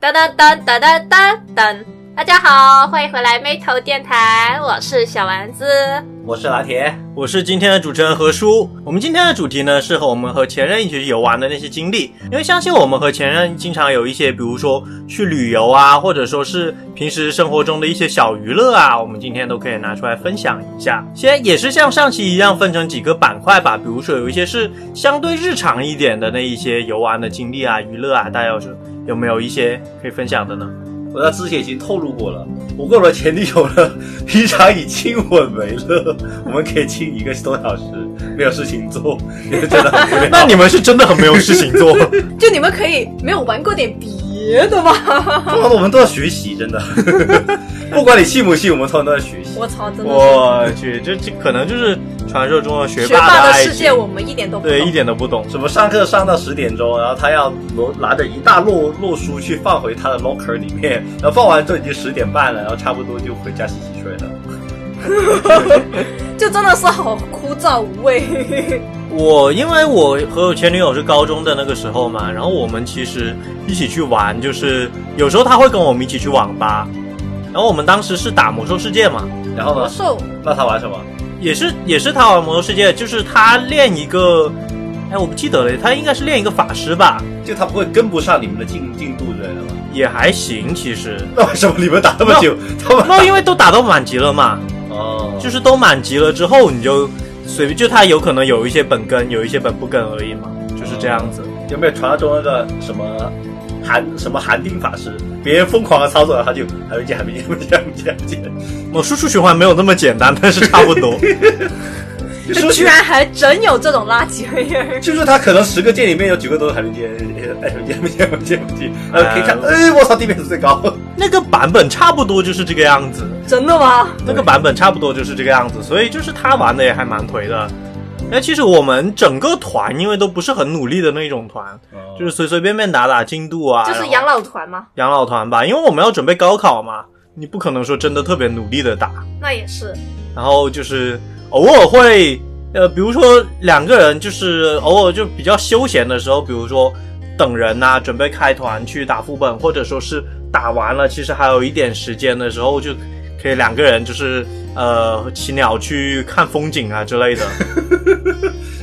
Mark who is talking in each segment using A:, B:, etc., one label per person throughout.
A: 噔噔噔噔噔噔噔！大家好，欢迎回来妹头电台，我是小丸子。
B: 我是拿铁，
C: 我是今天的主持人何叔。我们今天的主题呢，是和我们和前任一起去游玩的那些经历。因为相信我们和前任经常有一些，比如说去旅游啊，或者说是平时生活中的一些小娱乐啊，我们今天都可以拿出来分享一下。现在也是像上期一样分成几个板块吧，比如说有一些是相对日常一点的那一些游玩的经历啊、娱乐啊，大家有什有没有一些可以分享的呢？
B: 我在之前已经透露过了，我跟我的前女友呢，平常以亲吻为乐，我们可以亲一个多小时，没有事情做，因为真的很无聊。
C: 那你们是真的很没有事情做。
D: 就你们可以没有玩过点别的吗？
B: 通 常我们都要学习，真的，不管你信不信，我们通常都在学 习。
D: 我操，真的是
C: 我去，这这可能就是传说中的学
D: 学霸
C: 的
D: 的
C: 爱
D: 世
C: 情。
D: 界，我们一点都不
C: 对，一
D: 懂。
C: 点都不懂。
B: 什么上课上到十点钟，然后他要挪拿着一大摞摞书去放回他的 locker 里面，然后放完之后已经十点半了，然后差不多就回家洗洗睡了。
D: 就真的是好枯燥无味。
C: 我因为我和我前女友是高中的那个时候嘛，然后我们其实一起去玩，就是有时候她会跟我们一起去网吧，然后我们当时是打魔兽世界嘛，
B: 然后
D: 魔
B: 呢？
D: 兽
B: 那他玩什么？
C: 也是也是她玩魔兽世界，就是她练一个，哎，我不记得了，她应该是练一个法师吧，
B: 就他不会跟不上你们的进进度之类的吗？
C: 也还行其实。
B: 那为什么你们打那么久？他们
C: 那因为都打到满级了嘛，
B: 哦，
C: 就是都满级了之后，你就随便就他有可能有一些本跟，有一些本不跟而已嘛，就是这样子。
B: 有没有传说中那个什么寒什么寒冰法师？别人疯狂的操作，然后他就还没见，还没见，还没见，还没见，还没见。
C: 我输出循环没有那么简单，但是差不 多。
B: 就说
D: 居然还真有这种垃圾玩 意儿！
B: 就是他可能十个键里面有九个都是还没见，哎，还没见，还没见，还没见，还没 见。然后可以看，哎，我操，地面是最高。
C: 那个版本差不多就是这个样子，
D: 真的吗？
C: 那个版本差不多就是这个样子，所以就是他玩的也还蛮颓的。那其实我们整个团，因为都不是很努力的那种团，就
B: 就
C: 是是随随便便打打进度啊，
D: 哦就是
C: 然后
D: 养老团吗？
C: 养老团吧，因为我们要准备高考嘛，你不可能说真的特别努力的打。
D: 那也是，
C: 然后就是偶尔会，呃，比如说两个人就是偶尔就比较休闲的时候，比如说等人呐、准备开团去打副本，或者说是打完了，其实还有一点时间的时候，就可以两个人就是呃骑鸟去看风景啊之类 的。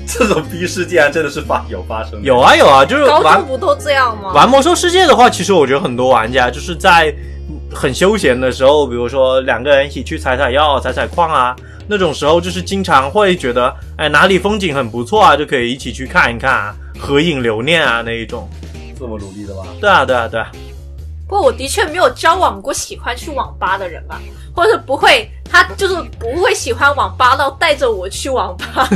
B: 这种逼事竟然真的是发有发生的。
C: 有啊有啊，就是
D: 高
C: 玩
D: 中不都这样吗？
C: 玩魔兽世界的话，其实我觉得很多玩家就是在很休闲的时候，比如说两个人一起去采采药、采采矿啊，那种时候就是经常会觉得，哎，哪里风景很不错啊，就可以一起去看一看啊，合影留念啊那一种。
B: 这么努力的吗？
C: 对啊，对啊，对啊，
D: 不过我的确没有交往过喜欢去网吧的人吧，或者不会，他就是不会喜欢网吧到带着我去网吧。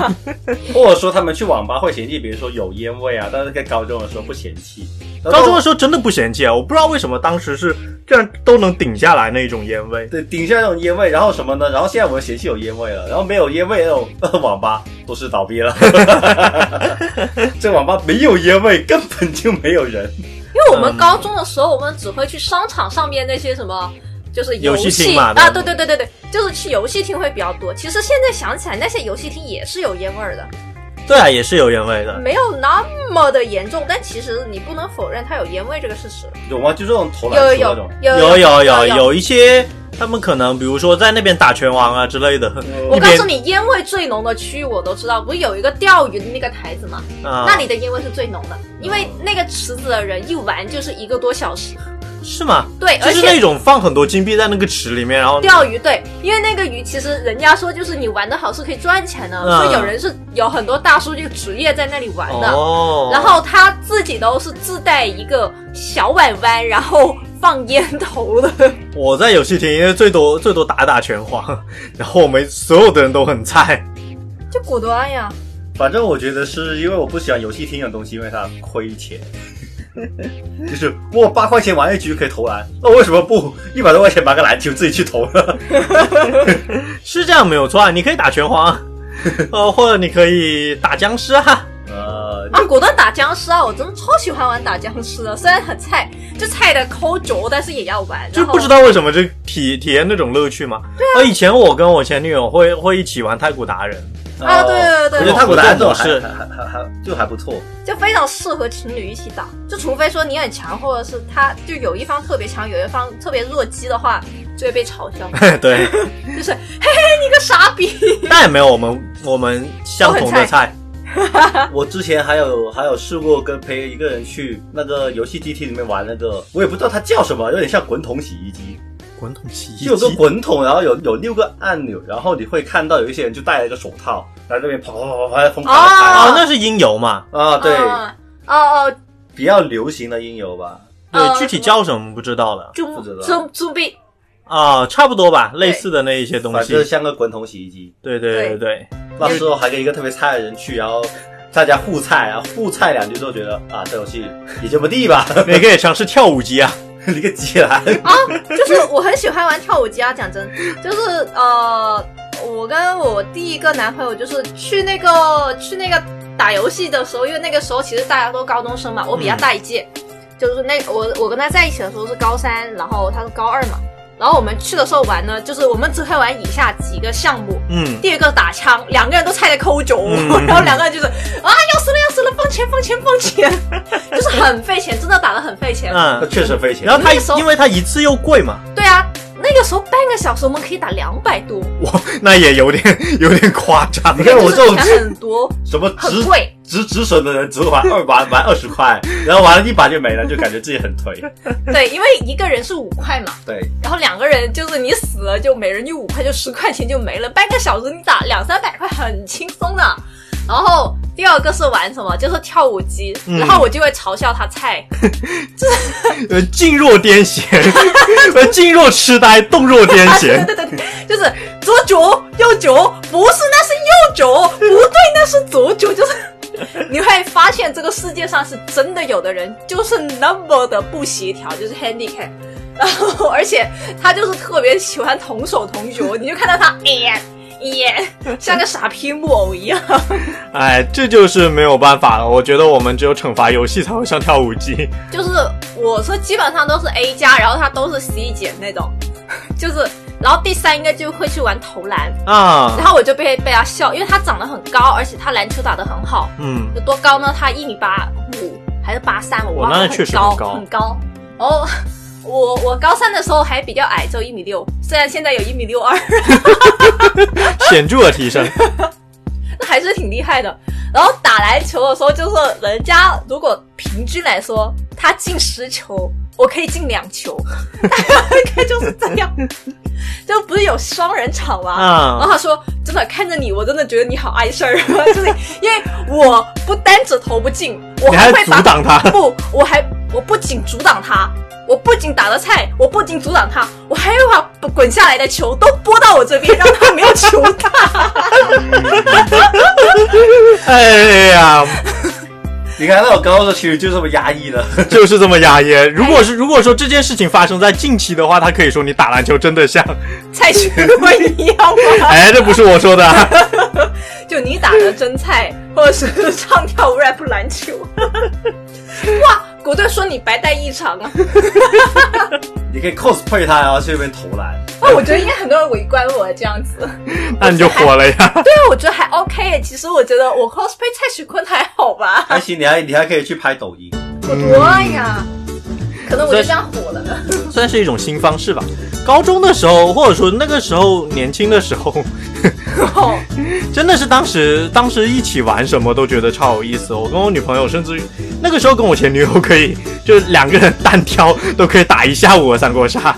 B: 或者说他们去网吧会嫌弃，比如说有烟味啊，但是在高中的时候不嫌弃。然后
C: 高中的时候真的不嫌弃啊，我不知道为什么当时是这样都能顶下来那一种烟味。
B: 对，顶下那种烟味，然后什么呢？然后现在我们嫌弃有烟味了，然后没有烟味那种呃网吧都是倒闭了。 这网吧没有烟味，根本就没有人。
D: 因为我们高中的时候，我们只会去商场上面那些什么，就是
C: 游
D: 戏
C: 戏厅嘛
D: 啊，
C: 对
D: 对对对对对，就是去游戏厅会比较多。其实现在想起来，那些游戏厅也是有烟味儿的，
C: 对啊，也是有烟味的。
D: 没有那么的严重，但其实你不能否认它有烟味这个事实。
B: 有吗？就这种投篮
D: 有
B: 球那
D: 有
B: 种。
D: 有
C: 有有有
D: 有
C: 有一些他们可能比如说在那边打拳王啊之类的，
D: 我
C: 一
D: 告
C: 边
D: 诉你，烟味最浓的区域我都知道，不是有一个钓鱼的那个台子吗？
C: 啊，
D: 那里的烟味是最浓的，因为那个池子的人一玩就是一个多小时。
C: 是吗？
D: 对，
C: 就
D: 而
C: 是
D: 且
C: 那种放很多金币在那个池里面，然后
D: 钓鱼对，因为那个鱼其实人家说就是你玩的好是可以赚钱的，
C: 嗯
D: 所以有人是有很多大叔这个职业在那里玩的，
C: 哦，
D: 啊然后他自己都是自带一个小碗碗，然后放烟头的。
C: 我在游戏厅因为最多最多打打拳皇， 然后我们所有的人都很菜，
D: 就果断呀，
B: 反正我觉得是因为我不喜欢游戏厅这种东西，因为它亏钱。就是我八块钱玩一局可以投篮，那我为什么不一百多块钱买个篮球自己去投呢？
C: 是这样没有错啊，你可以打拳皇，呃，或者你可以打僵尸 啊，
B: 呃，
D: 啊，果断打僵尸啊，我真的超喜欢玩打僵尸的，虽然很菜，就菜的抠脚，但是也要玩。
C: 就
D: 然后
C: 不知道为什么呃就体体验那种乐趣嘛。对啊，以前我跟我前女友会会一起玩太古达人，
D: 啊，对对
B: 我
D: 对对
B: 觉得
C: 哦
B: 泰国的安总
C: 我懂
B: 还
C: 是
B: 还还还还就还不错，
D: 就非常适合情侣一起打。就除非说你很强，或者是他就有一方特别强，有一方特别弱鸡的话，就会被嘲笑，
C: 对，
D: 就是嘿嘿你个傻逼。
C: 但也没有我们我们相同的菜，
B: 我之前还有还有试过跟陪一个人去那个游戏机厅里面玩那个，我也不知道它叫什么，有点像滚筒洗衣机，
C: 滚筒洗衣
B: 就有个滚筒，然后有有六个按钮，然后你会看到有一些人就戴了一个手套，然后那边跑跑跑跑跑疯狂地拍
C: 哦，那是音游嘛？
B: 啊，对，
D: 嗯哦哦，
B: 比较流行的音游吧，
C: 对，
D: 呃
C: 具体叫什么不知道了
D: 猪
B: 不知道
D: 猪猪逼，
C: 啊，差不多吧，类似的那一些东
B: 反
C: 西
B: 正。像个滚筒洗衣机。
C: 对对对对，
B: 那时候还跟一个特别菜的人去，然后大家互菜，然后互菜两句之后觉得啊，这游戏也这么地吧，
C: 每个也尝试跳舞机啊，
B: 你个鸡来，
D: 就是我很喜欢玩跳舞机啊， 讲真，就是呃，我跟我第一个男朋友就是去那个去那个打游戏的时候，因为那个时候其实大家都高中生嘛，我比他大一届，就是那我我跟他在一起的时候是高三，然后他是高二嘛，然后我们去的时候玩呢，就是我们只会玩以下几个项目，
C: 嗯，
D: 第一个是打枪，两个人都差点扣九，
C: 嗯
D: 然后两个人就是啊要死了要死了，放钱放钱放钱， 就是很费钱，真的打得很费钱。
B: 那
C: 嗯，
B: 确实费钱
C: 然。后它
D: 那时候
C: 因为它一次又贵嘛，
D: 对啊，那个时候半个小时我们可以打两百多，
C: 哇，那也有点 有点夸张
B: 你。看我这种
D: 就是钱很多，
B: 什么
D: 很
B: 直
D: 贵。
B: 直直损的人，只会玩二玩玩二十块，然后玩了一把就没了，就感觉自己很颓。
D: 对，因为一个人是五块嘛，
B: 对，
D: 然后两个人就是你死了就每人就五块，就十块钱就没了，半个小时你打两三百块很轻松的。然后第二个是玩什么，就是跳舞机，
C: 嗯
D: 然后我就会嘲笑他菜，
C: 呃，静若癫痫， 呃，静若痴呆，动若癫痫。
D: 就是左脚右脚，不是那是右脚，不对那是左脚，就是。 你会发现这个世界上是真的有的人就是那么的不协调，就是 handicap，然后而且他就是特别喜欢同手同脚，你就看到他 哎耶，像个傻逼木偶一样。
C: 哎，这就是没有办法了。我觉得我们只有惩罚游戏才会上跳舞机。
D: 就是我是基本上都是 A 加，然后他都是 C 减那种， 就是然后第三个就会去玩投篮，
C: 啊
D: 然，后我就被被他笑，因为他长得很高，而且他篮球打得很好，
C: 嗯，
D: 有多高呢？他一米八五还是八三，我
C: 哇
D: 忘
C: 那
D: 了，
C: 确实
D: 很
C: 很高
D: 很高。然后我我高三的时候还比较矮，只有一米六，虽然现在有一米六二，
C: 显著的提 升。
D: 那还是挺厉害的。然后打篮球的时候，就是人家如果平均来说，他进十球，我可以进两球， 大概就是这样。就不是有双人 场吗？
C: 啊
D: 然后他说：“真的看着你，我真的觉得你好碍事儿， 就是因为我不单只投不进，我
C: 你还
D: 会把
C: 阻挡他
D: 不，我还我不仅阻挡他，我不仅打了菜，我不仅阻挡他，我还要把滚下来的球都拨到我这边，让他没有球打。”
C: 哎呀，
B: 你看那种高中的其实就这么压抑的，
C: 就是这么压抑。如果是如果说这件事情发生在近期的话，他可以说你打篮球真的像……
D: 菜学问一样 吗？
C: 哎，这不是我说的啊。
D: 就你打的真菜，或者是唱跳舞 rap 篮球。 哇，国队说你白带异常啊！
B: 你可以 cosplay 他，然后去那边投篮。
D: 哇，我觉得应该很多人围观我这样子。
C: 那你就火了呀。
D: 对啊，我觉得还 OK 耶。其实我觉得我 cosplay 蔡徐坤还好吧。
B: 还行，你还你还可以去拍抖音。
D: 我
C: 嗯
D: 多爱呀，可能我就这样火了呢。
C: 算是一种新方式吧。高中的时候，或者说那个时候年轻的时候，
D: 哦
C: 真的是当时当时一起玩什么都觉得超有意思。我跟我女朋友，甚至于那个时候跟我前女友可以，就两个人单挑都可以打一下午的三国杀。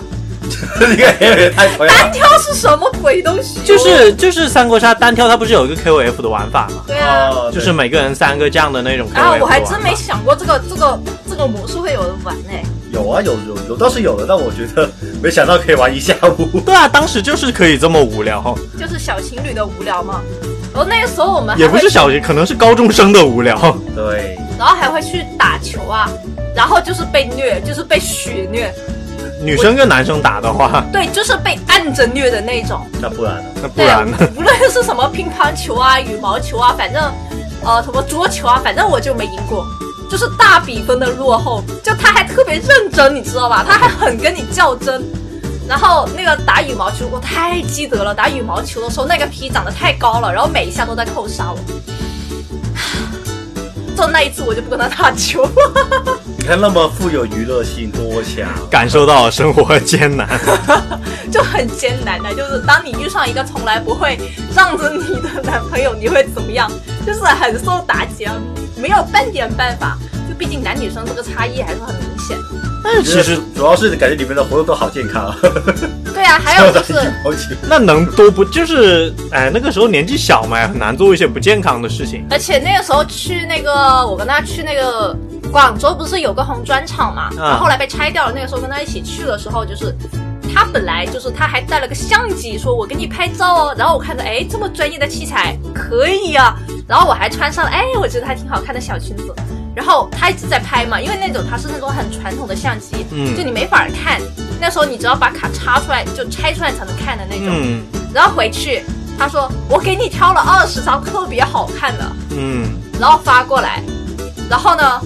B: 你看有点太 颓了。
D: 跳是什么鬼东西？哦
C: 就是就是三国杀单挑，它不是有一个 KOF 的玩法吗？
D: 对啊。
B: 哦
C: 就是每个人三个这样的那种 KOF
D: 啊，我还
C: 玩
D: 真
C: 法
D: 没想过这个这个这个魔术会有人玩呢、
B: 有啊，有有有倒是有的，但我觉得没想到可以玩一下午。
C: 对啊，当时就是可以这么无聊哈，
D: 就是小情侣的无聊嘛。然后那个时候我们还
C: 也不
D: 会
C: 是小学，可能是高中生的无聊。
B: 对，
D: 然后还会去打球啊，然后就是被虐，就是被血虐，
C: 女生跟男生打的话，
D: 对，就是被按着虐的那种。
B: 那不然呢？
C: 那不
D: 对
C: 然 呢？，
D: 无论是什么乒乓球啊、羽毛球啊，反正呃什么桌球啊，反正我就没赢过，就是大比分的落后。就他还特别认真，你知道吧？他还很跟你较真。然后那个打羽毛球，我太记得了，打羽毛球的时候那个皮长得太高了，然后每一下都在扣杀我。就那一次，我就不跟他打球了。
B: 你看那么富有娱乐性，多强！
C: 感受到了生活艰难。
D: 就很艰难的，就是当你遇上一个从来不会让着你的男朋友，你会怎么样？就是很受打击啊，没有半点办法。就毕竟男女生这个差异还是很明显。
C: 但是其实
B: 主要是感觉你们的活动都好健康啊，
D: 对啊，还有就是
B: 打 羽毛球
C: 那能多不就是哎那个时候年纪小嘛，很难做一些不健康的事情。
D: 而且那个时候去那个，我跟他去那个广州，不是有个红砖厂嘛？
C: 嗯
D: 然后后来被拆掉了。那个时候跟他一起去的时候，就是他本来就是他还带了个相机，说我给你拍照哦。然后我看着，哎，这么专业的器材，可以啊。然后我还穿上了，哎，我觉得还挺好看的小裙子。然后他一直在拍嘛，因为那种它是那种很传统的相机，
C: 嗯
D: 就你没法看。那时候你只要把卡插出来，就拆出来才能看的那种。
C: 嗯
D: 然后回去，他说我给你挑了二十张特别好看的。
C: 嗯，
D: 然后发过来，然后呢，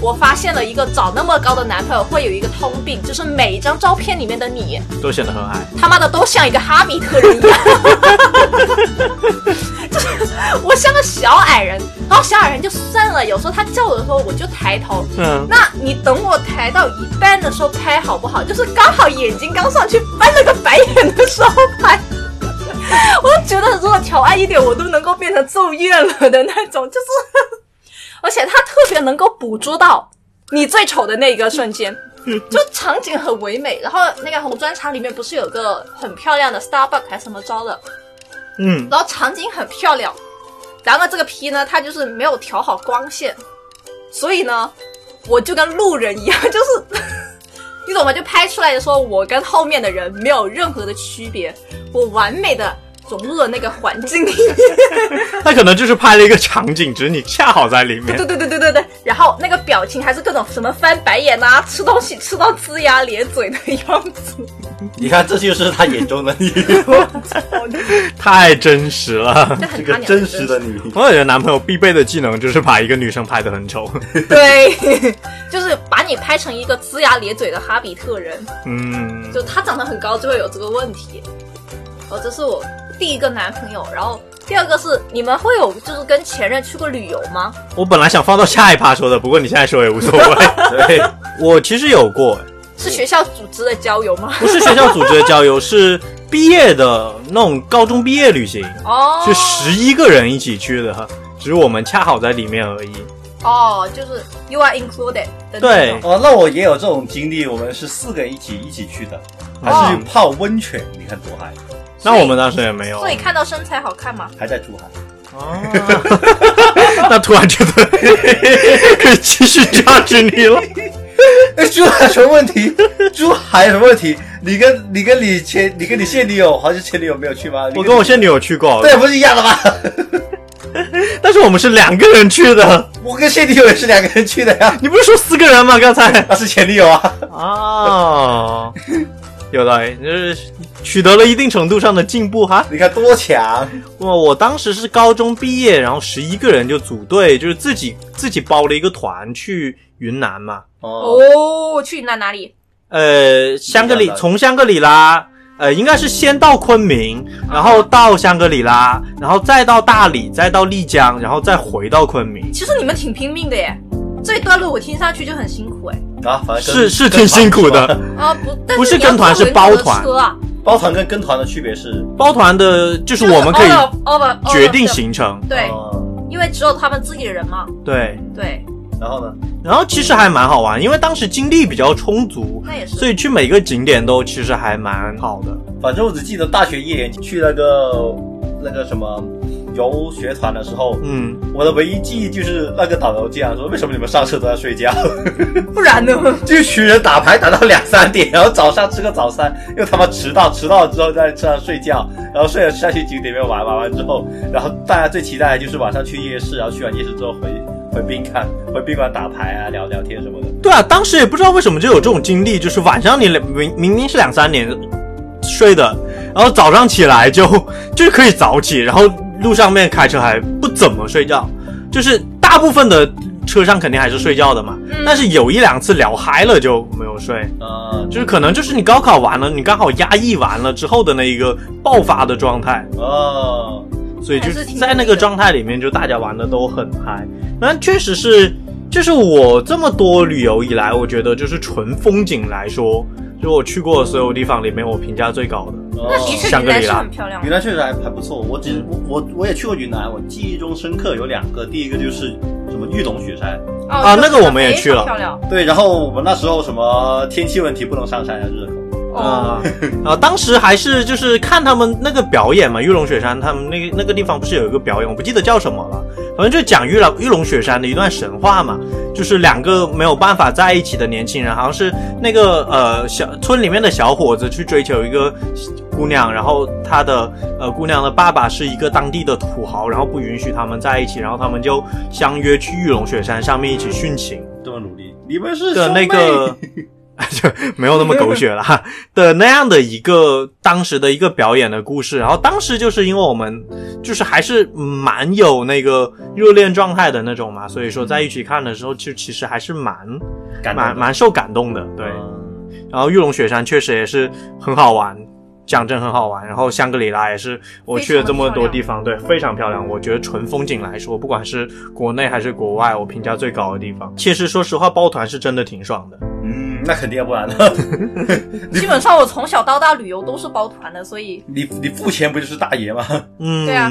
D: 我发现了一个长那么高的男朋友会有一个通病，就是每一张照片里面的你，
C: 都显得和蔼。
D: 他妈的都像一个哈密特人一样， 就是我像个小矮人，然后小矮人就算了，有时候他叫我的时候我就抬头。
C: 嗯，
D: 那你等我抬到一半的时候拍好不好？就是刚好眼睛刚上去翻了个白眼的时候拍。 我就觉得如果调暗一点，我都能够变成咒怨了的那种，就是，而且他特别能够捕捉到你最丑的那一个瞬间，就场景很唯美。然后那个红砖厂里面不是有个很漂亮的 Starbucks 还是什么招的，
C: 嗯，
D: 然后场景很漂亮。然后这个 P 呢，它就是没有调好光线，所以呢，我就跟路人一样， 就是你懂吗？就拍出来的时候，我跟后面的人没有任何的区别，我完美的融入了那个环境 里面。
C: 他可能就是拍了一个场景，只是你恰好在里面
D: 对。对对对对对，然后那个表情还是各种什么翻白眼呐、吃东西吃到龇牙咧嘴的样子。
B: 你看这就是他眼中的你，
C: 太真实了。
D: 就很
B: 啊这
D: 他
B: 个
D: 娘
B: 真实的你。
C: 我也觉得男朋友必备的技能就是把一个女生拍得很丑。
D: 对，就是把你拍成一个龇牙咧嘴的哈比特人。
C: 嗯，
D: 就他长得很高就会有这个问题。哦，这是我第一个男朋友，然后第二个是你们会有就是跟前任去过旅游吗？
C: 我本来想放到下一趴说的，不过你现在说也无所 谓。
B: 对，
C: 我其实有过，
D: 是学校组织的郊游吗？
C: 不是学校组织的郊游，是毕业的那种高中毕业旅行，
D: 哦，
C: 是十一个人一起去的，只是我们恰好在里面而已。
D: 哦，就是 you are included 的那种
C: 对
B: 哦，那我也有这种经历，我们是四个人一起一起去的，
D: 哦
B: 还是去泡温泉，你看多嗨，
C: 那我们当时也没有
D: 所。以看到身材好看嘛，
B: 还在珠海。
C: 啊
D: 哦
C: 那突然觉得可以继续抓住你 了。
B: 哎，珠海有什么问题？珠海有什么问题？你跟你跟你前你跟你现女友还是前女友没有去吗？你
C: 我跟我现女友去过，
B: 对不是一样的吗？
C: 但是我们是两个人去的。
B: 我跟现女友也是两个人去的呀，
C: 你不是说四个人吗？刚才
B: 那是前女友啊。
C: 哦，有道理，就是取得了一定程度上的进步哈。
B: 你看多强！
C: 我我当时是高中毕业，然后十一个人就组队，就是自己自己包了一个团去云南嘛。
B: 哦，
D: 哦，去那哪里？
C: 呃，香格里
B: 云南
C: 从香格里拉，呃，应该是先到昆明，
B: 啊
C: 然后到香格里拉，然后再到大理，再到丽江，然后再回到昆明。
D: 其实你们挺拼命的耶，这一段路我听上去就很辛苦哎。
B: 啊，反正
C: 是
B: 跟
C: 是挺辛苦的，
B: 跟团
D: 啊不，但
C: 不是
D: 你要
C: 跟团
D: 坐
C: 是包
D: 回国的
C: 团
D: 车啊，
B: 包团跟跟团的区别是，
C: 包团的就是我们可以
D: all of- all of- all of
C: 决定行程，
D: them，对，
B: 哦
D: 因为只有他们自己人嘛，
C: 对。
D: 对，
B: 然后呢？
C: 然后其实还蛮好玩，因为当时精力比较充足，
D: 那也是
C: 所以去每个景点都其实还蛮好的。
B: 反正我只记得大学一年级去那个那个什么游学团的时候，
C: 嗯，
B: 我的唯一记忆就是那个导游这样说：“为什么你们上车都在睡觉？
D: 不然呢？
B: 这群人打牌打到两三点，然后早上吃个早餐，又他妈迟到，迟到了之后在车上睡觉，然后睡了下去景点里面玩，玩完之后，然后大家最期待的就是晚上去夜市，然后去完夜市之后回回宾馆，回宾馆打牌啊，聊聊天什么的。
C: 对啊，当时也不知道为什么就有这种经历，就是晚上你两明明明是两三点睡的，然后早上起来就就是可以早起，然后路上面开车还不怎么睡觉，就是大部分的车上肯定还是睡觉的嘛。
A: 嗯
C: 但是有一两次聊嗨了就没有睡，
B: 啊
C: 就是可能就是你高考完了，你刚好压抑完了之后的那一个爆发的状态，
B: 哦，
C: 所以就
D: 还是挺
C: 在那
D: 累的
C: 个状态里面，就大家玩的都很嗨。那确实是，就是我这么多旅游以来，我觉得就是纯风景来说，就我去过的所有地方里面，我评价最高的。
B: 哦
D: 那的确
C: 香
D: 云
C: 格
D: 南
C: 里
D: 是
C: 拉
D: 很漂亮
B: 云
D: 的。
B: 南确实还还不错，我只我我我也去过云南，我记忆中深刻有两个，第一个就是什么玉龙雪山，
C: 啊
D: 哦
C: 那个我们也去了
D: 非常漂亮。
B: 对，然后我们那时候什么天气问题不能上山啊，热
D: 哦，
C: 啊、啊！当时还是就是看他们那个表演嘛，玉龙雪山他们那个那个地方不是有一个表演，我不记得叫什么了，反正就讲玉龙玉龙雪山的一段神话嘛，就是两个没有办法在一起的年轻人，好像是那个呃小村里面的小伙子去追求一个姑娘，然后他的呃姑娘的爸爸是一个当地的土豪，然后不允许他们在一起，然后他们就相约去玉龙雪山上面一起殉情。
B: 这么努力，你们是
C: 的
B: 兄
C: 那
B: 妹
C: 个， 就没有那么狗血了哈的那样的一个当时的一个表演的故事。然后当时就是因为我们就是还是蛮有那个热恋状态的那种嘛，所以说在一起看的时候，就其实还是蛮
B: 感动
C: 蛮蛮受感动的。对，
B: 嗯
C: 然后玉龙雪山确实也是很好玩。讲真很好玩，然后香格里拉也是我去了这么多地方，对，非常漂亮。我觉得纯风景来说，不管是国内还是国外，我评价最高的地方。其实说实话，包团是真的挺爽的。
B: 嗯，那肯定要不然呢，
D: 基本上我从小到大旅游都是包团的，所以
B: 你你付钱不就是大爷吗？
C: 嗯，
D: 对啊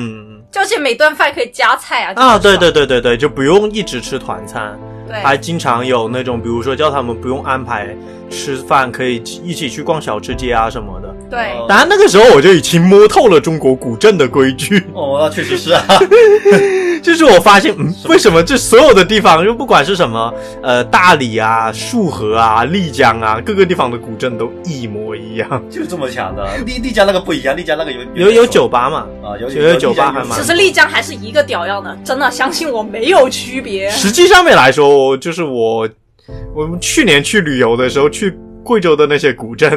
D: 而且每顿饭可以加菜啊。
C: 啊，对
D: 基本上
C: 对对对对，就不用一直吃团餐，还
D: 对，
C: 经常有那种，比如说叫他们不用安排吃饭，可以一起去逛小吃街啊什么的。
D: 对，
B: 哦
C: 当然那个时候我就已经摸透了中国古镇的规矩，
B: 哦，那确实是啊，
C: 就是我发现，嗯，为什么这所有的地方，就不管是什么，呃，大理啊、束河啊、丽江啊，各个地方的古镇都一模一样，
B: 就这么强的。丽丽江那个不一样，丽江那个有
C: 有有酒吧嘛，
B: 啊，有
C: 有有酒吧还蛮
D: 只是丽江还是一个屌样的，真的相信我没有区别。
C: 实际上面来说，我就是我，我们去年去旅游的时候去贵州的那些古 镇，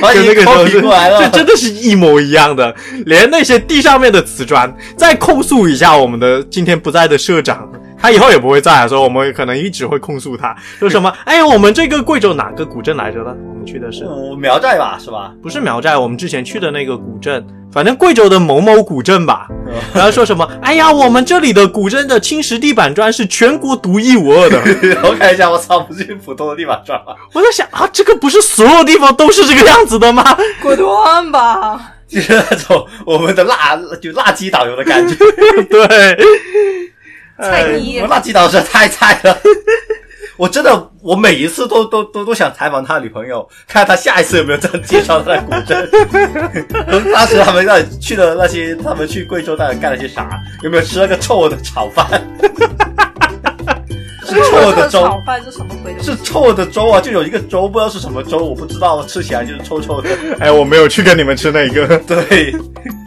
B: 把
C: 跟
B: 你
C: 那个时候
B: 抠
C: 是
B: 皮过来
C: 这
B: 了，
C: 真的是一模一样的，连那些地上面的瓷砖。再控诉一下我们的今天不在的社长，他以后也不会在了，所以我们可能一直会控诉他，说什 么哎，我们这个贵州哪个古镇来着的？我们去的是
B: 嗯苗寨吧，是吧？
C: 不是苗寨？我们之前去的那个古镇，反正贵州的某某古镇吧。然后说什么？哎呀，我们这里的古镇的青石地板砖是全国独一无二的。
B: 然后看一下，我操，不是普通的地板砖吗？
C: 我在想啊，这个不是所有地方都是这个样子的吗？
D: 果断吧，
B: 就是那种我们的辣就辣鸡导游的感觉，
C: 对，
D: 菜
C: 哎
D: 一
B: 我。辣鸡导游实在太菜了。 我真的，我每一次都都都都想采访他女朋友，看他下一次有没有再介绍他的古镇。 当时他们那里去了那些，他们去贵州那里干了些啥？有没有吃那个臭的炒饭？ 是臭的粥，
D: 炒饭是什么鬼东西？
B: 是臭的粥啊！就有一个粥，不知道是什么粥，我不知道，吃起来就是臭臭的。
C: 哎，我没有去跟你们吃那个。
B: 对，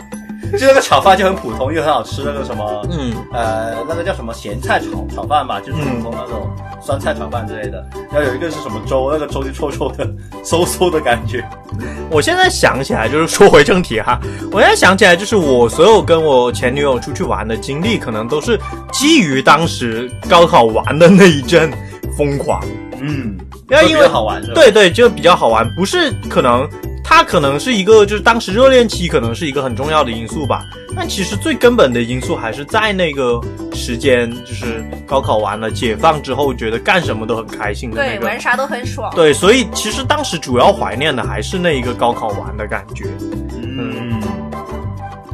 B: 就那个炒饭就很普通，又很好吃。那个什么，
C: 嗯，
B: 呃，那个叫什么咸菜炒炒饭吧，就是普通那种酸菜炒饭之类的。然后有一个是什么粥，那个粥就臭臭的、 馊馊的感觉。
C: 我现在想起来，就是说回正题哈，我现在想起来，就是我所有跟我前女友出去玩的经历，可能都是基于当时高考玩的那一阵疯狂。
B: 嗯，
C: 不要
B: 特
C: 因
B: 别
C: 为
B: 好玩是吧？
C: 对对，就比较好玩，不是可能。它可能是一个，就是当时热恋期可能是一个很重要的因素吧，但其实最根本的因素还是在那个时间，就是高考完了解放之后，觉得干什么都很开心的那
D: 对，
C: 个
D: 玩啥都很爽。
C: 对，所以其实当时主要怀念的还是那一个高考完的感觉。
B: 嗯。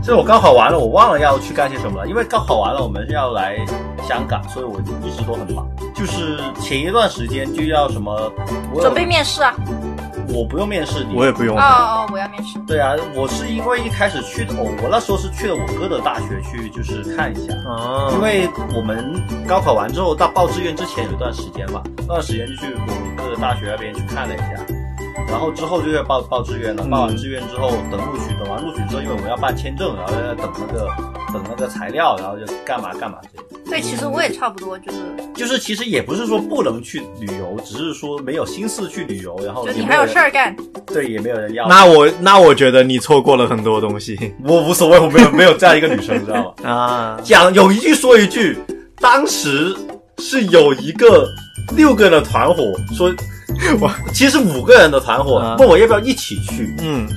B: 所以我高考完了，我忘了要去干些什么了，因为高考完了我们是要来香港，所以我一直都很忙。就是前一段时间就要什么，我有
D: 准备面试啊！
B: 我不用面试你，
C: 我也不用
D: 哦，哦，我要面试。
B: 对啊，我是因为一开始去的，我我那时候是去了我哥的大学去，就是看一下，
C: 啊，
B: 因为我们高考完之后到报志愿之前有一段时间嘛，那段时间就去我哥的大学那边去看了一下，然后之后就要报报志愿了，
C: 嗯
B: 报完志愿之后等录取，等完录取之后，因为我们要办签证，然后要等那个等那个材料，然后就干嘛干嘛这些。
D: 对，其实我也差不多，就是
B: 就是其实也不是说不能去旅游，只是说没有心思去旅游，然
C: 哦
B: 后
D: 就你
B: 也没
D: 还有
B: 人
D: 事儿干。
B: 对，也没有人要。
C: 那我那我觉得你错过了很多东 西
B: 我无所谓，我没有没有这样一个女生，你知道吗？
C: 啊。
B: 讲有一句说一句。当时是有一个六个人的团伙说，
C: 我
B: 其实五个人的团伙
C: 啊
B: 问我要不要一起去，
C: 嗯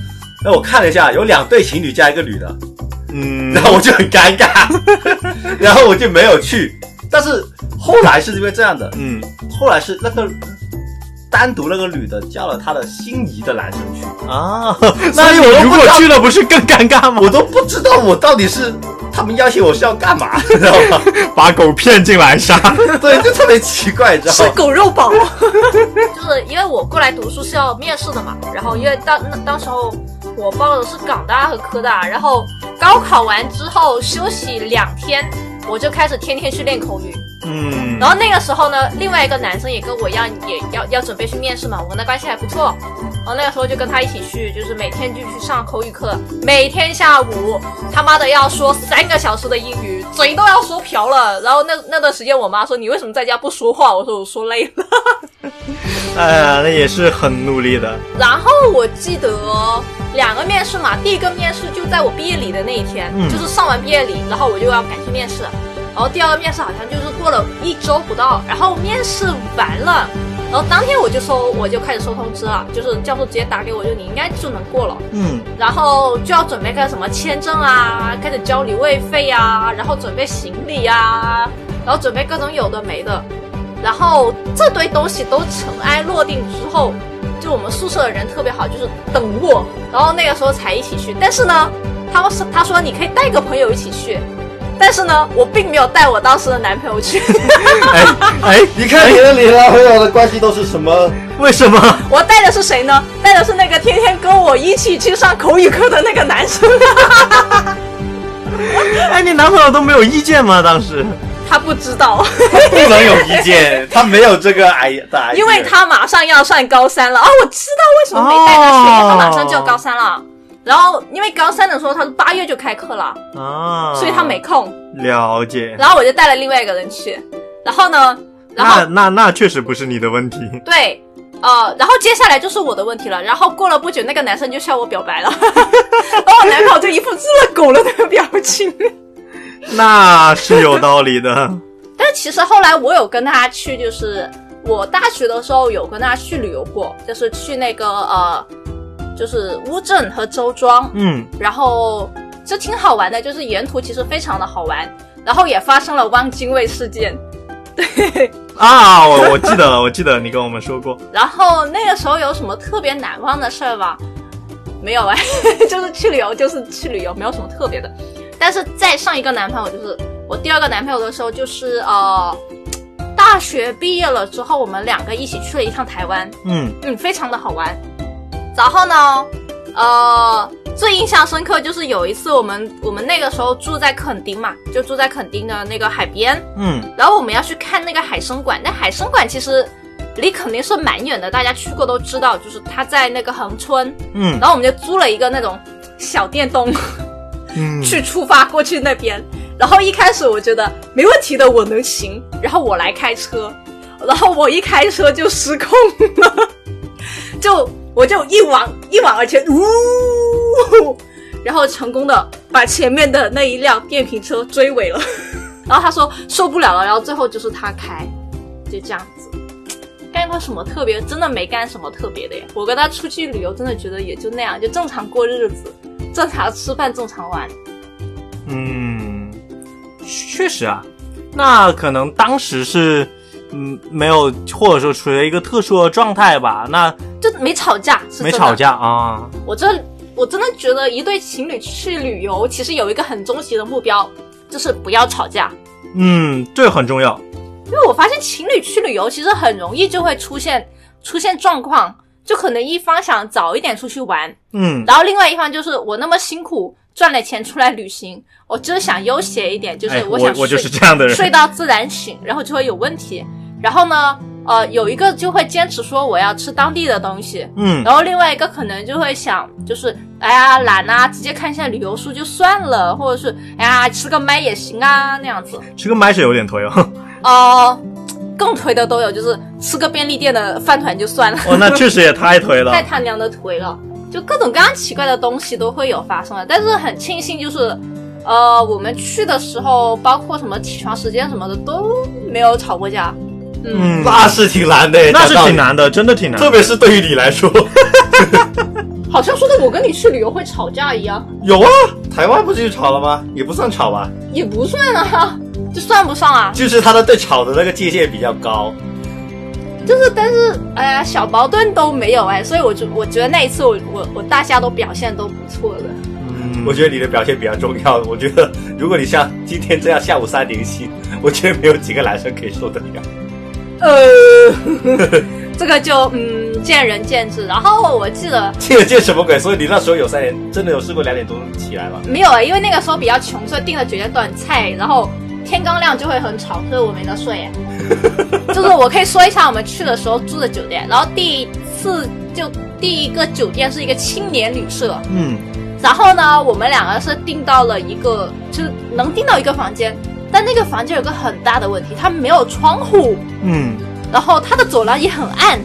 B: 那我看了一下，有两对情侣加一个女的，
C: 嗯
B: 然后我就很尴尬， 然后我就没有去。但是后来是因为这样的，
C: 嗯
B: 后来是那个单独那个女的叫了她的心仪的男生去，
C: 啊，
B: 所以我都
C: 如
B: 不知
C: 果
B: 道
C: 去了不是更尴尬吗？
B: 我都不知道我到底是他们邀请我是要干嘛，你知道吗？
C: 把狗骗进来杀，
B: 对，就特别奇怪，你知道
D: 吃
B: 吗？
D: 狗肉堡。 就是因为我过来读书是要面试的嘛，然后因为当那当时候我报的是港大和科大，然后高考完之后休息两天，我就开始天天去练口语。
C: 嗯
D: 然后那个时候呢，另外一个男生也跟我一样，也要要准备去面试嘛，我跟他关系还不错。然后那个时候就跟他一起去，就是每天就去上口语课，每天下午他妈的要说三个小时的英语，嘴都要说瓢了。然后那那段时间，我妈说你为什么在家不说话？我说我说累了。
C: 哎呀，那也是很努力的，
D: 然后我记得两个面试嘛，第一个面试就在我毕业礼的那一天，
C: 嗯
D: 就是上完毕业礼，然后我就要赶去面试。然后第二个面试好像就是过了一周不到，然后面试完了，然后当天我就收，我就开始收通知了，就是教授直接打给我，就你应该就能过了。
C: 嗯
D: 然后就要准备个什么签证啊，开始交旅位费啊，然后准备行李啊，然后准备各种有的没的，然后这堆东西都尘埃落定之后，就我们宿舍的人特别好，就是等我，然后那个时候才一起去。但是呢，他说他说你可以带个朋友一起去，但是呢，我并没有带我当时的男朋友去，
C: 哎哎，
B: 你看你的脸啊，和我的关系都是什么？
C: 为什么？
D: 我带的是谁呢？带的是那个天天跟我一起去上口语课的那个男生。
C: 哎，你男朋友都没有意见吗？当时
D: 他不知道，
B: 不能有意见，他没有这个哎的 idea
D: 因为他马上要上高三了啊！我知道为什么没
C: 哦
D: 带他去，因为他马上就要高三了。然后因为高三的时候他是八月就开课了，
C: 啊，
D: 所以他没空。
C: 了解，
D: 然后我就带了另外一个人去，然后呢，
C: 那
D: 然后
C: 那那确实不是你的问题，
D: 对。呃，然后接下来就是我的问题了。然后过了不久，那个男生就向我表白了，然后我男朋友就一副日了狗了的表情。
C: 那是有道理的。
D: 但其实后来我有跟他去，就是我大学的时候有跟他去旅游过，就是去那个呃，就是乌镇和周庄，
C: 嗯
D: 然后就挺好玩的，就是沿途其实非常的好玩，然后也发生了汪精卫事件，
C: 啊，我我记得了，我记得你跟我们说过，
D: 然后那个时候有什么特别难忘的事儿吗？没有哎， 就是去旅游，就是去旅游，没有什么特别的。但是再上一个男朋友，就是我第二个男朋友的时候，就是呃，大学毕业了之后，我们两个一起去了一趟台湾，
C: 嗯
D: 嗯，非常的好玩。然后呢，呃，最印象深刻就是有一次我们我们那个时候住在垦丁嘛，就住在垦丁的那个海边，
C: 嗯
D: 然后我们要去看那个海参馆，那海参馆其实离肯定是蛮远的，大家去过都知道，就是它在那个横村，
C: 嗯
D: 然后我们就租了一个那种小电动
C: 嗯，
D: 去出发过去那边。然后一开始我觉得没问题的，我能行，然后我来开车，然后我一开车就失控了， 就我就一往一往而前，呜，然后成功的把前面的那一辆电瓶车追尾了。 然后他说受不了了，然后最后就是他开，就这样子。干过什么特别？真的没干什么特别的耶。我跟他出去旅游，真的觉得也就那样，就正常过日子，正常吃饭，正常玩。
C: 嗯，确实啊，那可能当时是嗯没有，或者说处于一个特殊的状态吧，那
D: 就没吵架，是
C: 没
D: 真的
C: 吵。架啊，
D: 我这我真的觉得一对情侣去旅游，其实有一个很终极的目标，就是不要吵架。
C: 嗯，这个很重要，
D: 因为我发现情侣去旅游其实很容易就会出现出现状况，就可能一方想早一点出去玩，
C: 嗯
D: 然后另外一方就是我那么辛苦赚了钱出来旅行，我就是想悠闲一点，就是
C: 哎，我
D: 想睡、
C: 我就是这样 的人，
D: 睡到自然醒，然后就会有问题。然后呢，呃，有一个就会坚持说我要吃当地的东西，
C: 嗯
D: 然后另外一个可能就会想，就是哎呀懒啊，直接看一下旅游书就算了，或者是哎呀吃个麦也行啊那样子。
C: 这个麦是有点颓哦。
D: 哦、更颓的都有，就是吃个便利店的饭团就算了，
C: 哦，那确实也太颓
D: 太
C: 了。
D: 他娘的颓了。就各种各样奇怪的东西都会有发生的，但是很庆幸，就是呃，我们去的时候，包括什么起床时间什么的都没有吵过架。嗯，
C: 嗯，
B: 那是挺难的，
C: 那是
B: 讲道理
C: 挺，难的，真的挺难的
B: 特别是对于你来说，
D: 好像说的我跟你去旅游会吵架一样，
B: 有啊，台湾不是就吵了吗？也不算吵吧，
D: 也不算啊，这算不上啊。
B: 就是他的对吵的那个界限比较高。
D: 就是，但是哎呀，小矛盾都没有哎，所以我就我觉得那一次我我我大家都表现都不错的。
C: 嗯
B: 我觉得你的表现比较重要。我觉得如果你像今天这样下午三点起，我觉得没有几个男生可以受得了。
D: 呃，这个就嗯见仁见智。然后我记得
B: 这个见什么鬼？所以你那时候有三点，真的有试过两点钟起来吗？
D: 没有啊，因为那个时候比较穷，所以订了九点多很菜，然后天刚亮就会很吵，所以我没得睡。啊就是我可以说一下我们去的时候住的酒店，然后第一次就第一个酒店是一个青年旅社，
C: 嗯，
D: 然后呢，我们两个是订到了一个，就是能订到一个房间，但那个房间有个很大的问题，它没有窗户，
C: 嗯，
D: 然后它的走廊也很暗，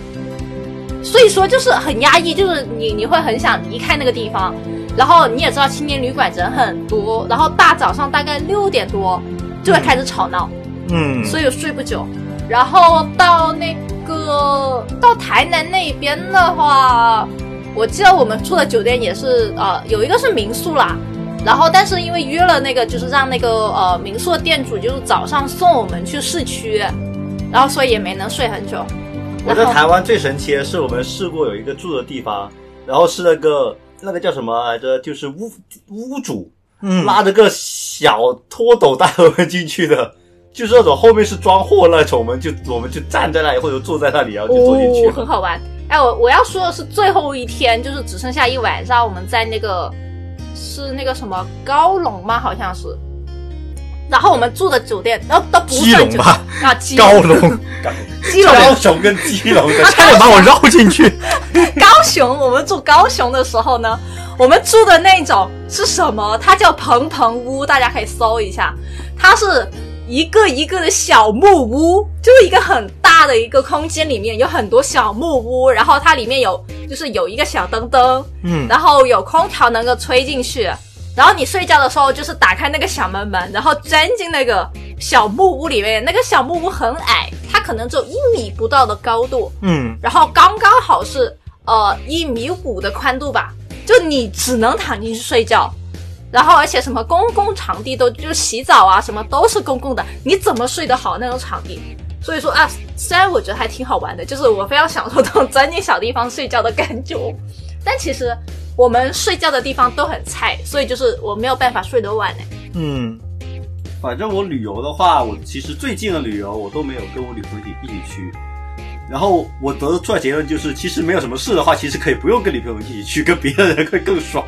D: 所以说就是很压抑，就是你你会很想离开那个地方。然后你也知道青年旅馆人很多，然后大早上大概六点多就会开始吵闹，
C: 嗯，
D: 所以我睡不久。然后到那个到台南那边的话，我记得我们住的酒店也是呃有一个是民宿啦，然后但是因为约了那个就是让那个呃民宿的店主就是早上送我们去市区，然后所以也没能睡很久。
B: 我在
D: 然后
B: 台湾最神奇的是，我们试过有一个住的地方，然后是那个那个叫什么来着，就是屋屋主
C: 嗯
B: 拉着个小拖斗带我们进去的，就是那种后面是装货那种，我们就我们就站在那里或者坐在那里，然后就坐进去
D: 哦，
B: 了。
D: 很好玩。哎，我我要说的是最后一天，就是只剩下一晚上，我们在那个是那个什么高龙吗？好像是。然后我们住的酒店，然后都不
C: 基
D: 算
C: 隆
D: 酒
C: 吧，
D: 啊，基
C: 高
D: 隆
C: 龙，
D: 基隆
B: 高雄跟基 隆的
C: 差点把我绕进去。
D: 高雄，我们住高雄的时候呢，我们住的那种是什么？它叫蓬蓬屋，大家可以搜一下。它是一个一个的小木屋，就是一个很大的一个空间，里面有很多小木屋，然后它里面有就是有一个小灯灯，
C: 嗯，
D: 然后有空调能够吹进去，然后你睡觉的时候就是打开那个小门门，然后钻进那个小木屋里面。那个小木屋很矮，它可能只有一米不到的高度，
C: 嗯，
D: 然后刚刚好是呃一米五的宽度吧，就你只能躺进去睡觉。然后，而且什么公共场地都就洗澡啊，什么都是公共的，你怎么睡得好那种场地？所以说啊，虽然我觉得还挺好玩的，就是我非常享受这种钻进小地方睡觉的感觉，但其实我们睡觉的地方都很菜，所以就是我没有办法睡得晚哎。
C: 嗯，
B: 反正我旅游的话，我其实最近的旅游我都没有跟我女朋友一起一起去。然后我得出来结论就是，其实没有什么事的话，其实可以不用跟女朋友一起去，跟别的人会更爽。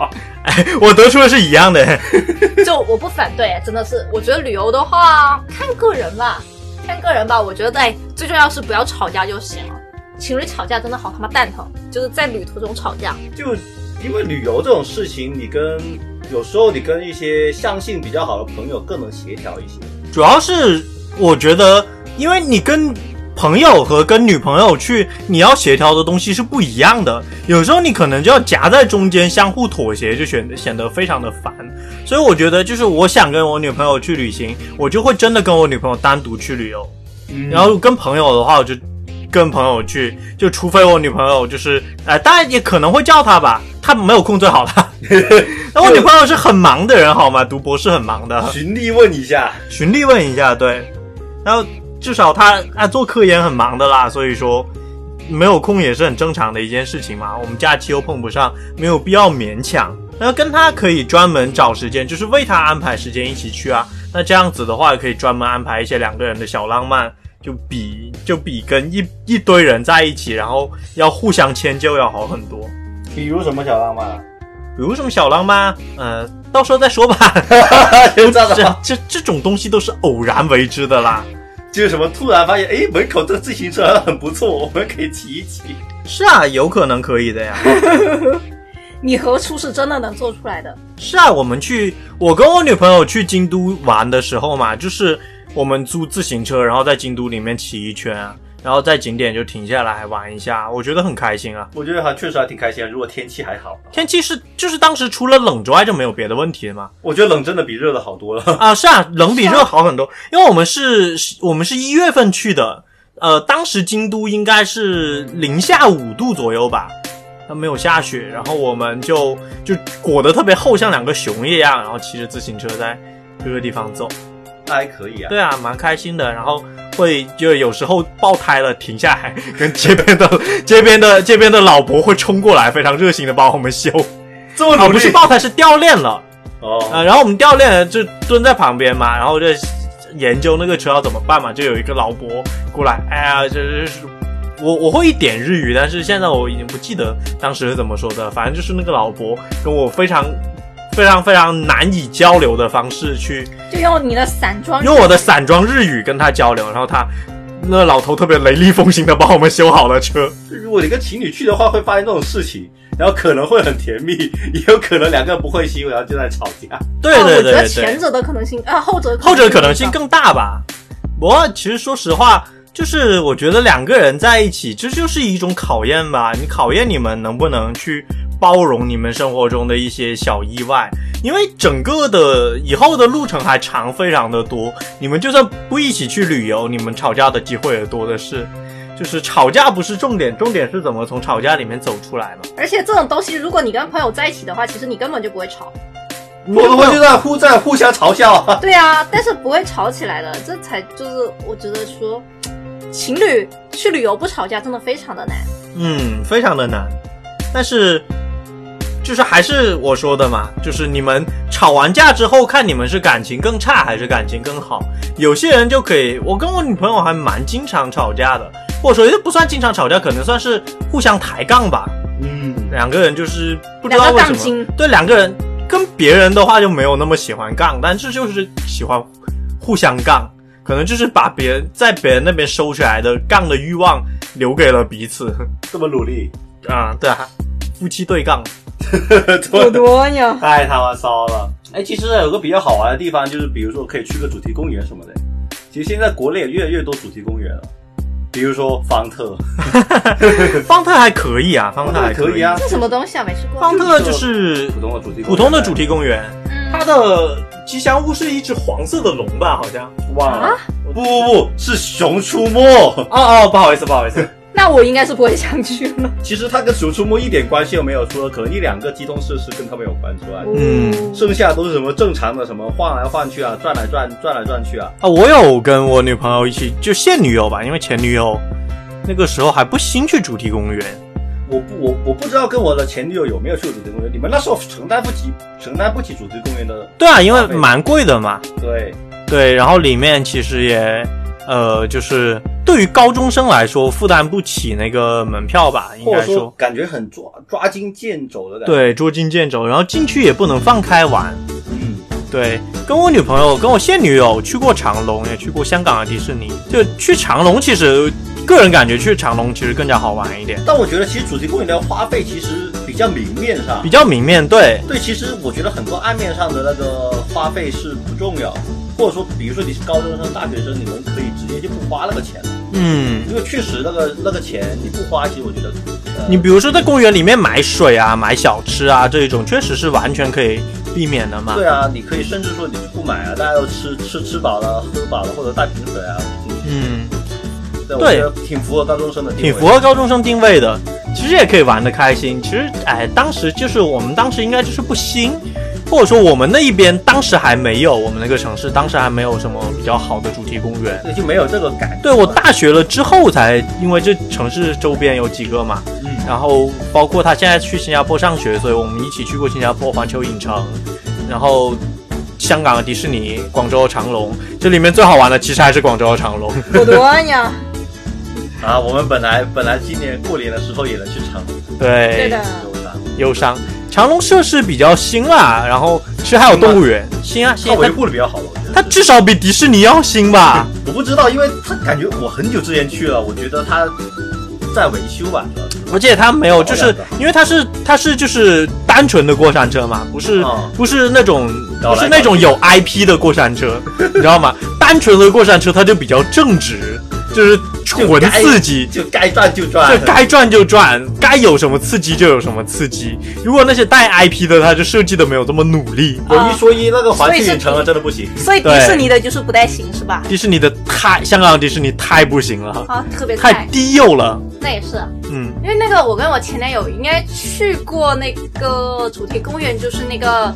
C: 我得出的是一样的。
D: 就我不反对，真的是，我觉得旅游的话看个人吧，看个人吧。我觉得哎，最重要是不要吵架就行了。情侣吵架真的好他妈蛋疼，就是在旅途中吵架。
B: 就因为旅游这种事情，你跟有时候你跟一些相性比较好的朋友更能协调一些。
C: 主要是我觉得，因为你跟朋友和跟女朋友去，你要协调的东西是不一样的。有时候你可能就要夹在中间，相互妥协，就显得显得非常的烦。所以我觉得，就是我想跟我女朋友去旅行，我就会真的跟我女朋友单独去旅游。
B: 嗯
C: 然后跟朋友的话，我就跟朋友去，就除非我女朋友就是，呃，当然也可能会叫她吧，她没有空最好啦。那我女朋友是很忙的人，好吗？读博士很忙的。
B: 循例问一下，
C: 循例问一下，对。然后至少他啊做科研很忙的啦，所以说没有空也是很正常的一件事情嘛。我们假期又碰不上，没有必要勉强。然后跟他可以专门找时间，就是为他安排时间一起去啊。那这样子的话，可以专门安排一些两个人的小浪漫，就比就比跟一一堆人在一起，然后要互相迁就要好很多。
B: 比如什么小浪漫、 啊？
C: 比如什么小浪漫，呃，到时候再说吧。
B: 哎知道
C: 这
B: 的，
C: 这这种东西都是偶然为之的啦。
B: 就是什么突然发现，哎，门口这个自行车很不错，我们可以骑一骑。
C: 是啊，有可能可以的呀。
D: 你何出是真的能做出来的？
C: 是啊，我们去，我跟我女朋友去京都玩的时候嘛，就是我们租自行车，然后在京都里面骑一圈啊。然后在景点就停下来玩一下，我觉得很开心啊。
B: 我觉得还确实还挺开心啊的。如果天气还好，啊
C: 天气是就是当时除了冷之外就没有别的问题了嘛。
B: 我觉得冷真的比热的好多了。
C: 啊，是啊，冷比热好很多，因为我们是我们是一月份去的，呃，当时京都应该是零下五度左右吧，它没有下雪，然后我们就就裹得特别厚，像两个熊一样，然后骑着自行车在各个地方走。
B: 那 还可以啊。
C: 对啊，蛮开心的。然后会就有时候爆胎了，停下来， 跟街边的街边的街边的老伯会冲过来，非常热心的帮我们修。
B: 这么
C: 啊，
B: 努
C: 不
B: 力
C: 是爆胎，是掉链了。
B: 哦，
C: 呃，然后我们掉链了，就蹲在旁边嘛，然后就研究那个车要怎么办嘛。就有一个老伯过来，哎呀，这这是。我我会一点日语，但是现在我已经不记得当时是怎么说的。反正就是那个老伯跟我非常、非常、非常难以交流的方式去
E: 就用你的散装，
C: 用我的散装日语跟他交流，然后他那老头特别雷厉风行的帮我们修好了车，
B: 如果你跟情侣去的话，会发生这种事情，然后可能会很甜蜜， 也有可能两个人不会心，然后就在吵架。
C: 对对
D: 但哦我觉得
C: 对对
D: 前者的可能性啊，后者
C: 后者可能性更大吧。我其实说实话，就是我觉得两个人在一起，这就是一种考验吧。你考验你们能不能去包容你们生活中的一些小意外，因为整个的以后的路程还长，非常的多。你们就算不一起去旅游，你们吵架的机会也多的是。就是吵架不是重点，重点是怎么从吵架里面走出来嘛。
D: 而且这种东西，如果你跟朋友在一起的话，其实你根本就不会吵。
B: 我的话就在互在互相嘲笑啊。
D: 对啊，但是不会吵起来的，这才就是我觉得说，情侣去旅游不吵架真的非常的难。
C: 嗯，非常的难。但是，就是还是我说的嘛，就是你们吵完架之后，看你们是感情更差还是感情更好。有些人就可以，我跟我女朋友还蛮经常吵架的，或者说也不算经常吵架，可能算是互相抬杠吧。
B: 嗯，
C: 两个人就是不知道
D: 两
C: 为
D: 个杠
C: 什么
D: 精，
C: 对两个人跟别人的话就没有那么喜欢杠，但是就是喜欢互相杠，可能就是把别人在别人那边收起来的杠的欲望留给了彼此。
B: 这么努力，
C: 啊、对啊，夫妻对杠，
B: 怎么
E: 有多呀？
B: 太他妈骚了！哎，其实有个比较好玩的地方，就是比如说可以去个主题公园什么的。其实现在国内也越来越多主题公园了，比如说方特，
C: 方特还可以啊，方特还
B: 还可
C: 以
B: 以啊，，
D: 这什么东西啊？没吃过。
C: 方特就是
B: 普通的主题公园
C: 普通的主题公园，
A: 嗯
C: 它的吉祥物是一只黄色的龙吧，好像。
B: 忘
C: 啊
B: 了，不不不是熊出没。
C: 哦哦，不好意思，不好 意思，
D: 那我应该是不会想去 了。
B: 其实它跟熊出没一点关系都没有，除了可能一两个机动设施跟它们有关之
D: 哦
B: 外，
C: 嗯
B: 剩下都是什么正常的什么晃来晃去啊，转来转转来转去啊。
C: 啊，我有跟我女朋友一起，就现女友吧，因为前女友那个时候还不兴去主题公园，
B: 我不我我不知道跟我的前女友有没有去过主题公园，你们那时候承担不起承担不起主题公园的
C: 对啊，因为蛮贵的嘛，
B: 对。
C: 对，然后里面其实也，呃，就是对于高中生来说负担不起那个门票吧，应
B: 或者
C: 该
B: 说感觉很抓抓襟见肘的感觉。，
C: 对，捉襟见肘，然后进去也不能放开玩。
B: 嗯，
C: 对，跟我女朋友，跟我现女友去过长隆，也去过香港的迪士尼。就去长隆，其实个人感觉去长隆其实更加好玩一点，
B: 但我觉得其实主题公园的花费其实比较明面上
C: 比。较明面对。
B: 对，其实我觉得很多暗面上的那个花费是不重要，或者说，比如说你是高中生、大学生，你们可以直接就不花那个钱了，
C: 嗯，
B: 因为确实那个那个钱你不花，其实我觉得，呃、
C: 你比如说在公园里面买水啊、买小吃啊这一种，确实是完全可以避免的嘛。
B: 对啊，你可以甚至说你不买啊，大家都吃吃吃饱了、喝饱了，或者带瓶水啊进去。
C: 嗯，
B: 对，我
C: 对
B: 觉得挺符合高中生的定位，
C: 挺符合高中生定位的，其实也可以玩的开心。其实，哎，当时就是我们当时应该就是不兴，或者说我们那一边当时还没有，我们那个城市当时还没有什么比较好的主题公园。
B: 对，就没有这个感觉。
C: 对我大学了之后才，因为这城市周边有几个嘛，
B: 嗯
C: 然后包括他现在去新加坡上学，所以我们一起去过新加坡环球影城，然后香港的迪士尼、广州的长隆，这里面最好玩的其实还是广州的长隆。
E: 有多呀？
B: 啊，我们本来本来今年过年的时候也能去长隆
E: 对
C: 对，
E: 的，
C: 忧
B: 游山。
C: 伤。长隆设施比较新啦，然后其实还有动物园，新啊新
B: 它
C: 啊，
B: 维护的比较好了，我觉得。啊
C: 它它至少比迪士尼要新吧？
B: 我不知道，因为它感觉我很久之前去了，我觉得它在维修吧，主要是。
C: 而且它没有，就
B: 好
C: 是
B: 样的
C: 因为它是它是就是单纯的过山车嘛，不是、
B: 嗯
C: 不是那种
B: 搞来
C: 不是那种有 IP 的过山车，你知道吗？单纯的过山车它就比较正直，就是纯刺激，
B: 就该赚就赚
C: 这，该赚就赚，该有什么刺激就有什么刺激。如果那些带 IP 的，他就设计的没有这么努力。
B: 有一说一，那个环
E: 所以
B: 球
E: 是
B: 影城啊，真的不行。
E: 所以迪士尼的就是不带行是吧？
C: 迪士尼的太，香港迪士尼太不行了，
E: 啊，特别
C: 太
E: 菜，
C: 低幼了。
D: 那也是，
C: 嗯，
D: 因为那个我跟我前男友应该去过那个主题公园，就是那个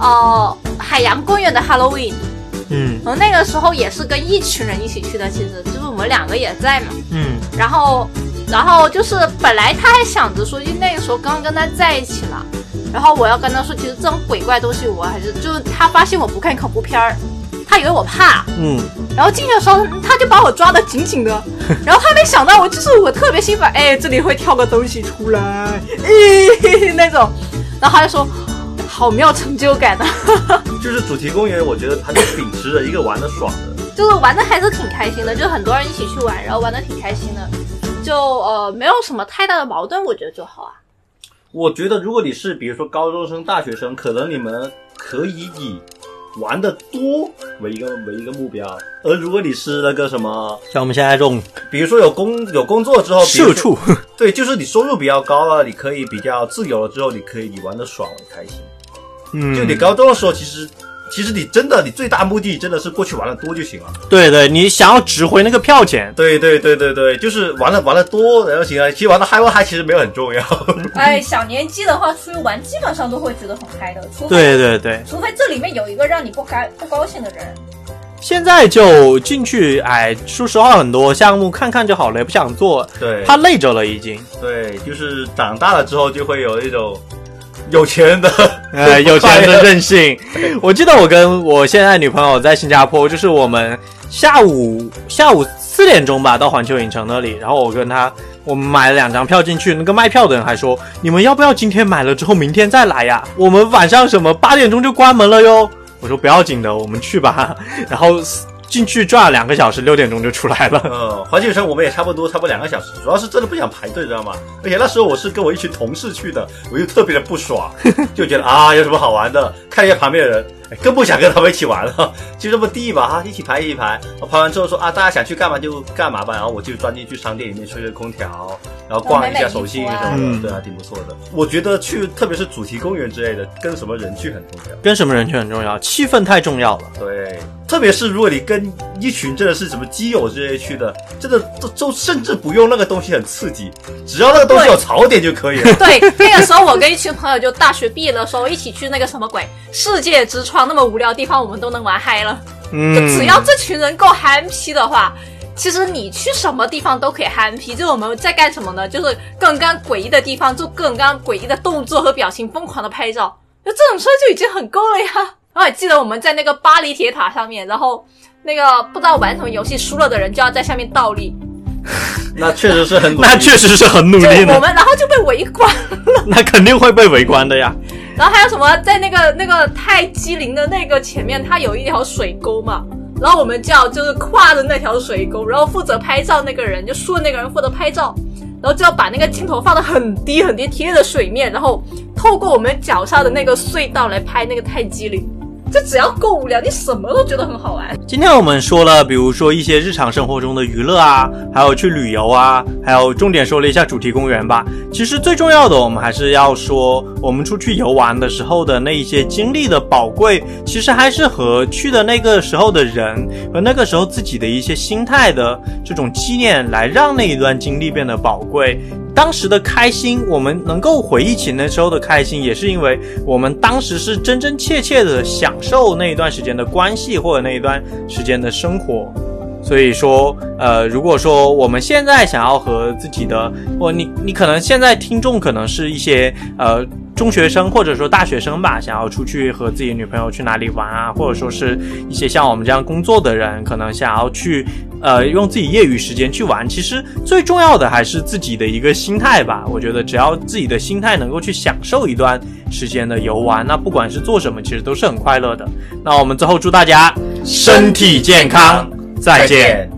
D: 呃海洋公园的 Halloween，
C: 嗯
D: 然后那个时候也是跟一群人一起去的，其实就是我们两个也在嘛。
C: 嗯
D: 然后，然后就是本来他还想着说，因为那个时候刚跟他在一起了，然后我要跟他说，其实这种鬼怪东西我还是就是他发现我不看恐怖片儿，他以为我怕，
C: 嗯，
D: 然后进去的时候他就把我抓得紧紧的，然后他没想到我就是我特别兴奋，哎，这里会跳个东西出来，咦、那种，然后他就说好没有成就感啊，
B: 就是主题公园，我觉得它就秉持着一个玩的爽的，
D: 就是玩的还是挺开心的，就是很多人一起去玩，然后玩的挺开心的，就呃没有什么太大的矛盾，我觉得就好啊。
B: 我觉得如果你是比如说高中生、大学生，可能你们可以以玩的多为一个为一个目标，而如果你是那个什么，
C: 像我们现在这种
B: 比如说有工有工作之后，比如
C: 社
B: 说
C: 畜，
B: 对，就是你收入比较高了，你可以比较自由了之后，你可以你玩的爽，你开心。
C: 嗯，
B: 就你高中的时候，其实其实你真的你最大目的真的是过去玩的多就行了。
C: 对对，你想要值回那个票钱，
B: 对对对对对，就是玩的玩的多然后行了，啊其实玩的嗨不嗨其实没有很重要。
E: 哎，小年纪的话出去玩，基本上都会觉得很嗨的，除非
C: 对对对。
E: 除非这里面有一个让你不开不高兴的人。
C: 现在就进去，哎，说实话，很多项目看看就好了，也不想做，
B: 对
C: 怕累着了已经。
B: 对，就是长大了之后就会有一种有钱人的
C: 呃， 有钱人的任 性。我记得我跟我现在女朋友在新加坡，就是我们下午下午四点钟吧，到环球影城那里，然后我跟她，我们买了两张票进去，那个卖票的人还说，你们要不要今天买了之后明天再来呀？我们晚上什么八点钟就关门了哟。我说不要紧的，我们去吧。然后进去转了两个小时，六点钟就出来了。
B: 嗯，环球影城我们也差不多，差不多两个小时。主要是真的不想排队，知道吗？而且那时候我是跟我一群同事去的，我就特别的不爽，就觉得啊，有什么好玩的？看一下旁边的人，哎更不想跟他们一起玩了，就这么地吧，啊哈，一起排一起排。我排完之后说啊，大家想去干嘛就干嘛吧，然后我就钻进去商店里面吹吹空调，然后逛一下手信什
C: 买买衣
B: 么
C: 服
B: 的，
C: 啊
B: 对啊，挺不错的。我觉得去，特别是主题公园之类的，跟什么人去很重要。
C: 跟什么人群很重要，气氛太重要了。
B: 对，特别是如果你跟一群真的是什么基友之类去的，真的都都甚至不用那个东西很刺激，只要那个东西有槽点就可以了。
D: 对，那个时候我跟一群朋友就大学毕业的时候一起去那个什么鬼世界之窗那么无聊的地方，我们都能玩嗨了。
C: 嗯
D: 就，只要这群人够憨批的话，其实你去什么地方都可以憨批。就是我们在干什么呢？就是各种各样诡异的地方，做各种各样诡异的动作和表情，疯狂的拍照。就这种事就已经很够了呀。然后也记得我们在那个巴黎铁塔上面，然后那个不知道玩什么游戏输了的人就要在下面倒立，
B: 那确实是很努力
C: 那确实是很努
D: 就
C: 力
D: 我
C: 呢，
D: 们然后就被围观。
C: 那肯定会被围观的呀。
D: 然后还有什么在那个那个泰姬陵的那个前面，它有一条水沟嘛，然后我们就要就是跨着那条水沟，然后负责拍照那个人就说那个人负责拍照，然后就要把那个镜头放得很低很低，贴着水面，然后透过我们脚下的那个隧道来拍那个泰姬陵。就只要够无聊，你什么都觉得很好玩。
C: 今天我们说了，比如说一些日常生活中的娱乐啊，还有去旅游啊，还有重点说了一下主题公园吧。其实最重要的，我们还是要说，我们出去游玩的时候的那一些经历的宝贵，其实还是和去的那个时候的人和那个时候自己的一些心态的这种纪念，来让那一段经历变得宝贵。当时的开心，我们能够回忆起那时候的开心，也是因为我们当时是真真切切的享受那一段时间的关系或者那一段时间的生活。所以说，呃，如果说我们现在想要和自己的，或你你可能现在听众可能是一些呃中学生或者说大学生吧，想要出去和自己女朋友去哪里玩啊，或者说是一些像我们这样工作的人，可能想要去呃用自己业余时间去玩。其实最重要的还是自己的一个心态吧。我觉得只要自己的心态能够去享受一段时间的游玩，那不管是做什么，其实都是很快乐的。那我们最后祝大家身体健康，再见。